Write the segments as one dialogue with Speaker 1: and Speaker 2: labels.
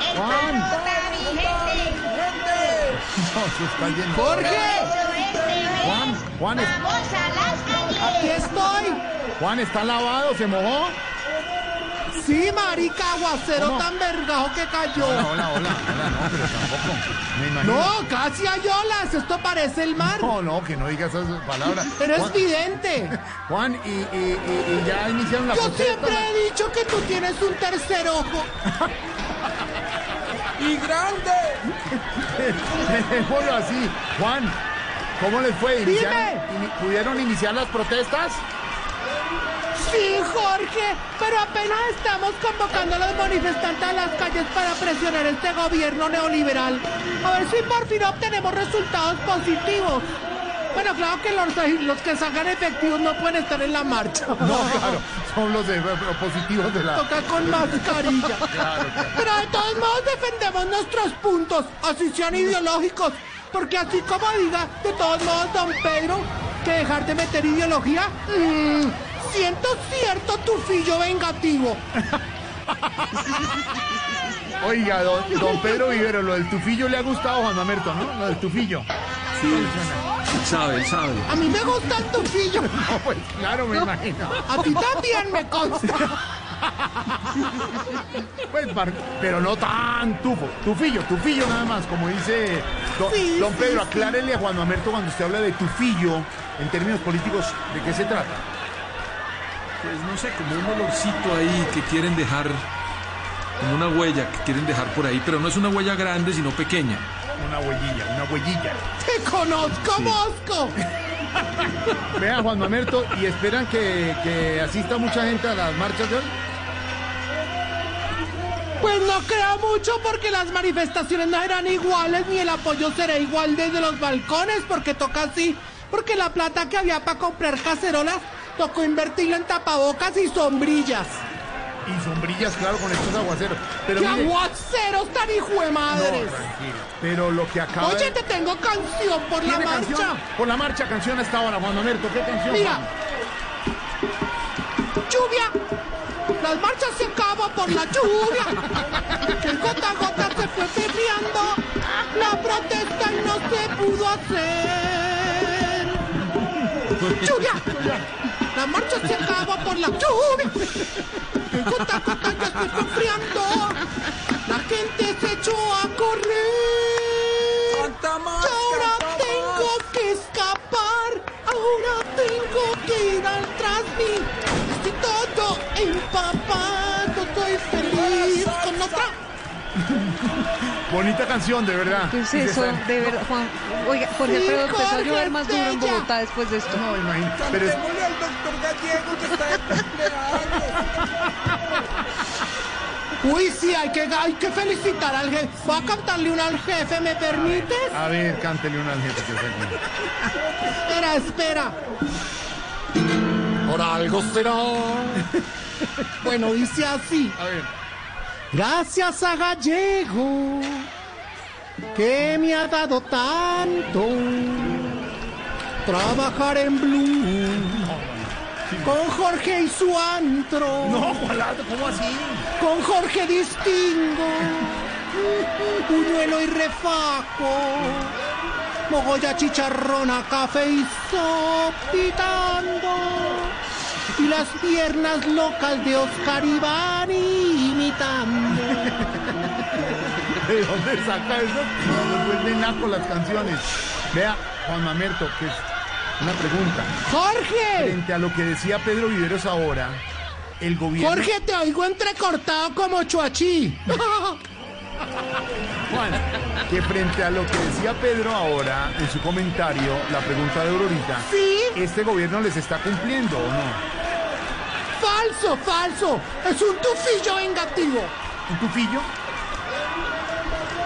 Speaker 1: el paro está vigente, por
Speaker 2: Jorge,
Speaker 1: eso este mes
Speaker 3: Juan, es-
Speaker 1: vamos a las
Speaker 2: aquí
Speaker 1: calles.
Speaker 2: estoy.
Speaker 3: Juan está lavado, se mojó.
Speaker 2: Sí, marica, aguacero tan vergajo que cayó.
Speaker 3: Hola, hola, hola, no, pero tampoco. Me imagino.
Speaker 2: No, casi hay olas. Esto parece el mar.
Speaker 3: No, no, que no digas esas palabras.
Speaker 2: Eres
Speaker 3: Juan-
Speaker 2: vidente.
Speaker 3: Juan, y, y- y- y ya iniciaron la
Speaker 2: Yo
Speaker 3: protesta.
Speaker 2: siempre he dicho que tú tienes un tercer ojo. Y grande.
Speaker 3: Dejémoslo así. Juan, ¿cómo les fue? ¿Iniciaron-
Speaker 2: Dime.
Speaker 3: ini- ¿Pudieron iniciar las protestas?
Speaker 2: Sí, Jorge, pero apenas estamos convocando a los manifestantes a las calles para presionar este gobierno neoliberal. A ver si por fin obtenemos resultados positivos. Bueno, claro que los, los que salgan efectivos no pueden estar en la marcha.
Speaker 3: No, claro. Son los de- positivos de la.
Speaker 2: Toca con mascarilla. Pero de todos modos defendemos nuestros puntos, así sean ideológicos. Porque así como diga, de todos modos, don Pedro, que dejar de meter ideología, mm, siento cierto tufillo vengativo.
Speaker 3: Oiga, don, don Pedro Vivero, lo del tufillo le ha gustado a Juan Mamerto, ¿no? Lo del tufillo.
Speaker 4: Sabe, sabe.
Speaker 2: A mí me gusta el tufillo.
Speaker 3: No, pues claro, me imagino.
Speaker 2: A ti también me consta.
Speaker 3: Pues, par- pero no tan tufo, tufillo, tufillo nada más, como dice don,
Speaker 2: Sí,
Speaker 3: don
Speaker 2: sí,
Speaker 3: Pedro,
Speaker 2: sí.
Speaker 3: aclárele a Juan Mamerto cuando usted habla de tufillo, en términos políticos, ¿de qué se trata?
Speaker 4: Pues no sé, como un olorcito ahí que quieren dejar, como una huella que quieren dejar por ahí, pero no es una huella grande, sino pequeña.
Speaker 3: Una huellilla, una huellilla.
Speaker 2: Te conozco, Mosco.
Speaker 3: Vea Juan Mamerto y esperan que, que asista mucha gente a las marchas de hoy.
Speaker 2: Pues no creo mucho porque las manifestaciones no serán iguales ni el apoyo será igual desde los balcones porque toca así. Porque la plata que había para comprar cacerolas tocó invertirla en tapabocas y sombrillas.
Speaker 3: Y sombrillas, claro, con estos aguaceros. Pero
Speaker 2: ¡Qué
Speaker 3: mire-
Speaker 2: aguaceros tan hijo de
Speaker 3: No,
Speaker 2: madres!
Speaker 3: tranquilo. Pero lo que acaba
Speaker 2: Oye,
Speaker 3: de...
Speaker 2: te tengo canción por la
Speaker 3: ¿Tiene
Speaker 2: marcha.
Speaker 3: canción? Por la marcha, canción hasta ahora, Juan Mamerto, ¿qué canción?
Speaker 2: Mira.
Speaker 3: Juan?
Speaker 2: Lluvia. Las marchas se acaban por la lluvia. El gota a gota se fue enfriando. La protesta no se pudo hacer. Lluvia. La marcha se acaba por la lluvia. El gota a gota ya se fue enfriando. La gente se echó a correr. Y ahora tengo que escapar, ahora tengo que ir al transmit. Estoy todo empapado, estoy feliz con otra.
Speaker 3: Bonita canción, de verdad.
Speaker 5: ¿Qué es
Speaker 3: Y se
Speaker 5: eso?
Speaker 3: está-
Speaker 5: De verdad, Juan. Oiga, Jorge Alfredo
Speaker 2: Sí,
Speaker 5: empezó a
Speaker 2: Jorge
Speaker 5: llover más duro en
Speaker 2: Estrella.
Speaker 5: Bogotá después de esto.
Speaker 3: No, imagínate. Pero es-
Speaker 2: al doctor Gallego que está Uy, sí, hay que, hay que felicitar al jefe. Voy a cantarle una al jefe, ¿me permites?
Speaker 3: A ver, cántele una al jefe que se cuenta.
Speaker 2: Espera, espera. Por algo será. Bueno, dice así.
Speaker 3: A ver.
Speaker 2: Gracias a Gallego, que me ha dado tanto. Trabajar en Blue. Con Jorge y su antro.
Speaker 3: No, Juanado, ¿cómo así?
Speaker 2: Con Jorge Distingo. Buñuelo y refaco. Mogolla chicharrona, café y sopitando. Y las piernas locas de Oscar Iván imitando.
Speaker 3: ¿De dónde pues, saca eso? No, después de naco las canciones. Vea, Juan Mamerto, que es una pregunta.
Speaker 2: Jorge,
Speaker 3: Frente a lo que decía Pedro Viveros ahora, el gobierno...
Speaker 2: Jorge, te oigo entrecortado como chuachí.
Speaker 3: Juan, que frente a lo que decía Pedro ahora en su comentario, la pregunta de Aurorita,
Speaker 2: Sí.
Speaker 3: ¿este gobierno les está cumpliendo o no?
Speaker 2: falso, falso. Es un tufillo vengativo.
Speaker 3: ¿Un tufillo?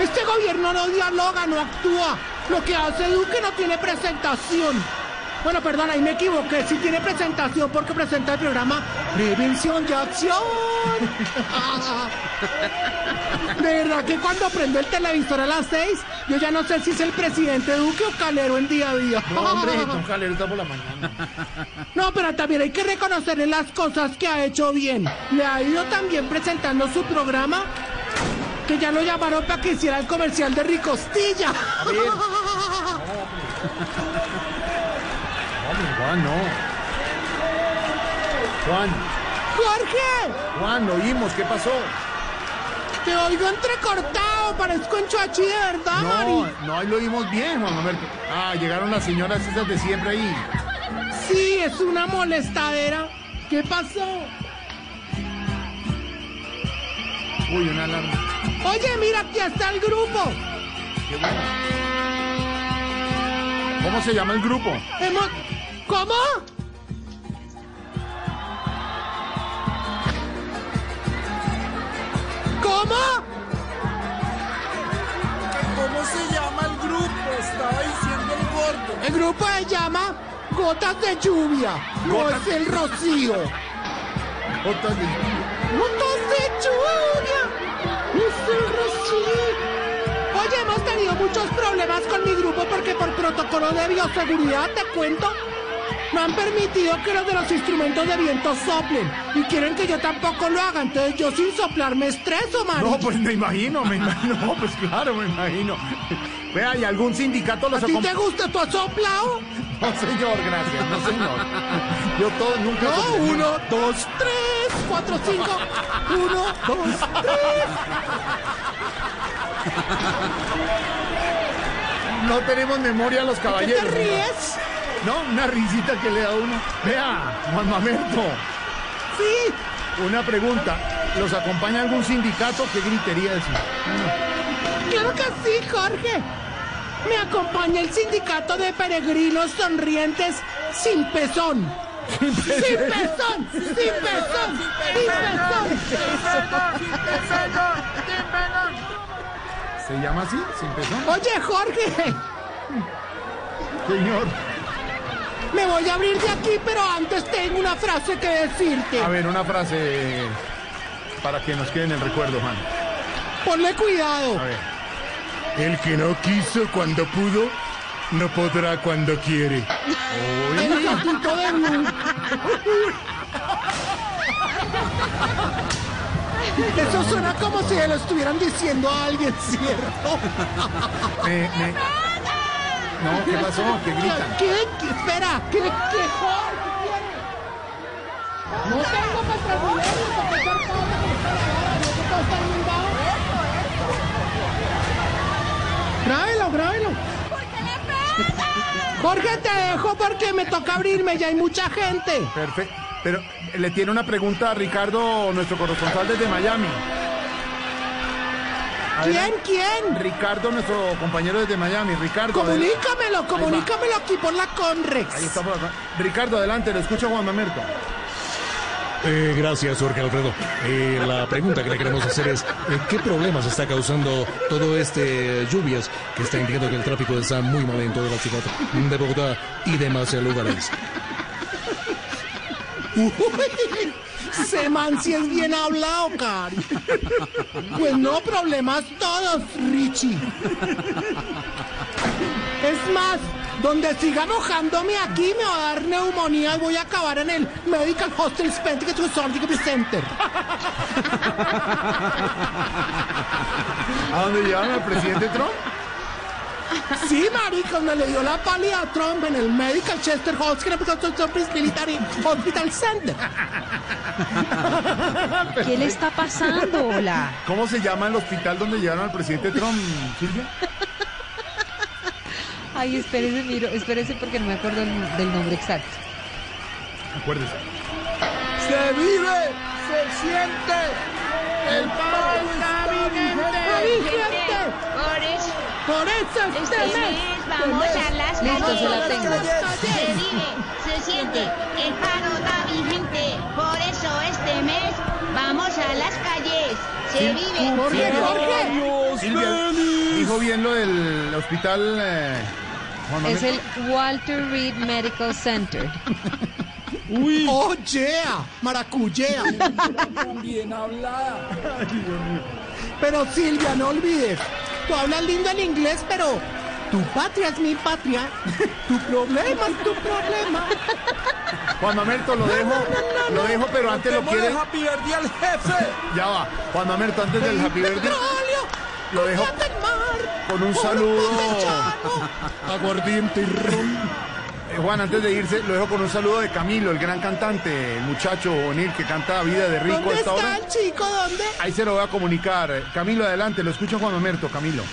Speaker 2: Este gobierno no dialoga, no actúa. Lo que hace Duque no tiene presentación. Bueno, perdón, ahí me equivoqué. Sí tiene presentación porque presenta el programa Prevención de Acción. De verdad que cuando prendo el televisor a las seis, yo ya no sé si es el presidente Duque o Calero en día a día.
Speaker 3: No, hombre, don Calero está por la mañana.
Speaker 2: No, pero también hay que reconocerle las cosas que ha hecho bien. Le ha ido también presentando su programa, que ya lo llamaron para que hiciera el comercial de Ricostilla.
Speaker 3: Hombre, Juan, no. Juan,
Speaker 2: Jorge,
Speaker 3: Juan, lo oímos, ¿qué pasó?
Speaker 2: te oigo entrecortado, parezco un chuachi de verdad,
Speaker 3: No,
Speaker 2: Ah, Mari.
Speaker 3: no, ahí lo oímos bien, Juan Manuel. Ah, llegaron las señoras esas de siempre ahí.
Speaker 2: Sí, es una molestadera. ¿Qué pasó?
Speaker 3: Uy, una alarma.
Speaker 2: Oye, mira, aquí está el grupo.
Speaker 3: Qué bueno. ¿Cómo se llama el grupo?
Speaker 2: Hemos... ¿Cómo? ¿Cómo?
Speaker 6: ¿Cómo se llama el grupo? Estaba diciendo el gordo.
Speaker 2: El grupo se llama Gotas de Lluvia. No
Speaker 3: Gotas-
Speaker 2: es el rocío.
Speaker 3: Otras de-
Speaker 2: Gotas de lluvia. No es el rocío. Oye, hemos tenido muchos problemas con mi grupo porque por protocolo de bioseguridad, te cuento, no han permitido que los de los instrumentos de viento soplen. Y quieren que yo tampoco lo haga. Entonces yo sin soplar me estreso, man.
Speaker 3: No, pues me imagino, me imagino. No, pues claro, me imagino. Vea, ¿y algún sindicato
Speaker 2: ¿A
Speaker 3: los
Speaker 2: ti te
Speaker 3: acompaña?
Speaker 2: gusta? ¿Tú has soplado?
Speaker 3: No, señor, gracias, no, señor. Yo todo, nunca...
Speaker 2: No,
Speaker 3: soplé.
Speaker 2: uno, dos, tres, cuatro, cinco. Uno, dos, tres.
Speaker 3: No tenemos memoria los
Speaker 2: ¿Qué te
Speaker 3: caballeros.
Speaker 2: ríes?
Speaker 3: No, una risita que le da uno. Vea, Juan Mamerto,
Speaker 2: Sí,
Speaker 3: una pregunta. ¿Los acompaña algún sindicato? ¿Qué gritería es?
Speaker 2: claro que sí, Jorge. Me acompaña el sindicato de peregrinos sonrientes sin pezón. Sin pezón, sin pezón, sin pezón.
Speaker 3: ¿Se llama así? ¿Se empezó?
Speaker 2: Oye, Jorge,
Speaker 3: Señor.
Speaker 2: me voy a abrir de aquí, pero antes tengo una frase que decirte.
Speaker 3: A ver, una frase para que nos quede en el recuerdo, Juan.
Speaker 2: Ponle cuidado.
Speaker 3: A ver.
Speaker 6: El que no quiso cuando pudo, no podrá cuando quiere.
Speaker 2: El estatuto de Blue. Eso suena como si lo estuvieran diciendo a alguien, ¿cierto?
Speaker 3: Me- me- No, ¿qué pasó? ¿Qué gritan?
Speaker 2: ¿Qué? ¿Qué? Espera, ¿qué? ¿Qué? Jorge? No tengo petrolero para estar pobre, que está ahora, no que todo está inundado. Grábelo, grábelo. Jorge, te dejo porque me toca abrirme, ya hay mucha gente.
Speaker 3: Perfecto. Pero le tiene una pregunta a Ricardo, nuestro corresponsal desde Miami.
Speaker 2: ¿Quién? ¿Quién?
Speaker 3: Ricardo, nuestro compañero desde Miami. Ricardo. adelante.
Speaker 2: Comunícamelo, comunícamelo aquí por la
Speaker 3: Ahí
Speaker 2: Conrex.
Speaker 3: está por acá. Ricardo, adelante, lo escucho Juan Mamerto.
Speaker 7: Eh, gracias, Jorge Alfredo. Eh, la pregunta que le queremos hacer es, eh, ¿qué problemas está causando todo este eh, lluvias que está indicando que el tráfico está muy mal en toda la ciudad de Bogotá y demás eh, lugares?
Speaker 2: Uy, ese man si es bien hablado, cari. Pues no, problemas todos, Richie. Es más, donde siga mojándome aquí me va a dar neumonía y voy a acabar en el Medical Hostel Spentic Center.
Speaker 3: ¿A dónde llevaron al presidente Trump?
Speaker 2: Sí, marica, me le dio la pálida a Trump en el Medical Chester Hospital Military Hospital Center.
Speaker 1: ¿Qué le está pasando, hola?
Speaker 3: ¿Cómo se llama el hospital donde llevaron al presidente Trump, Silvia?
Speaker 5: Ay, espérese, miro, espérese porque no me acuerdo el- del nombre exacto.
Speaker 3: Acuérdese.
Speaker 2: Se vive, se siente. El paro está vigente.
Speaker 1: Por eso,
Speaker 2: Por eso este
Speaker 1: este
Speaker 2: mes
Speaker 1: mes vamos a las
Speaker 5: Listo, se la
Speaker 1: calles.
Speaker 5: tengo.
Speaker 1: Se vive, se siente, el paro está vigente. Por eso este mes vamos a las calles. Se vive.
Speaker 3: Jorge,
Speaker 1: se
Speaker 3: Jorge.
Speaker 4: Dios
Speaker 3: Silvia dijo bien lo del hospital eh, Juan
Speaker 5: Es
Speaker 3: Manuel.
Speaker 5: el Walter Reed Medical Center.
Speaker 2: Oh, yeah, maracuyea. Bien hablada. Pero Silvia, no olvides, tú hablas lindo el inglés, pero tu patria es mi patria. Tu problema es tu problema.
Speaker 3: Juan Mamerto lo dejo, lo dejo, pero antes lo quiere.
Speaker 4: Happy Birthday al jefe.
Speaker 3: Ya va. Juan Mamerto antes del Happy Birthday
Speaker 2: Petróleo,
Speaker 3: lo dejo
Speaker 2: plata del mar.
Speaker 3: con un
Speaker 2: por
Speaker 3: saludo.
Speaker 2: cosechano.
Speaker 3: Aguardiente y ron. Eh, Juan, antes de irse, lo dejo con un saludo de Camilo, el gran cantante, el muchacho O'Neill que canta Vida de Rico
Speaker 2: ¿Dónde
Speaker 3: a esta
Speaker 2: está
Speaker 3: hora.
Speaker 2: el chico? ¿Dónde?
Speaker 3: Ahí se lo voy a comunicar. Camilo, adelante, lo escucho Juan Mamerto, Camilo.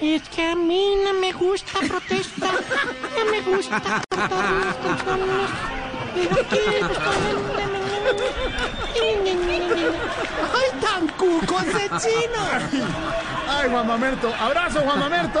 Speaker 2: Es que a mí no me gusta protestar, no me gusta cantar mis canciones. Pero quiero estar de mañana. ¡Ay, tan cuco ese chino!
Speaker 3: Ay, Juan Mamerto, abrazo Juan Mamerto.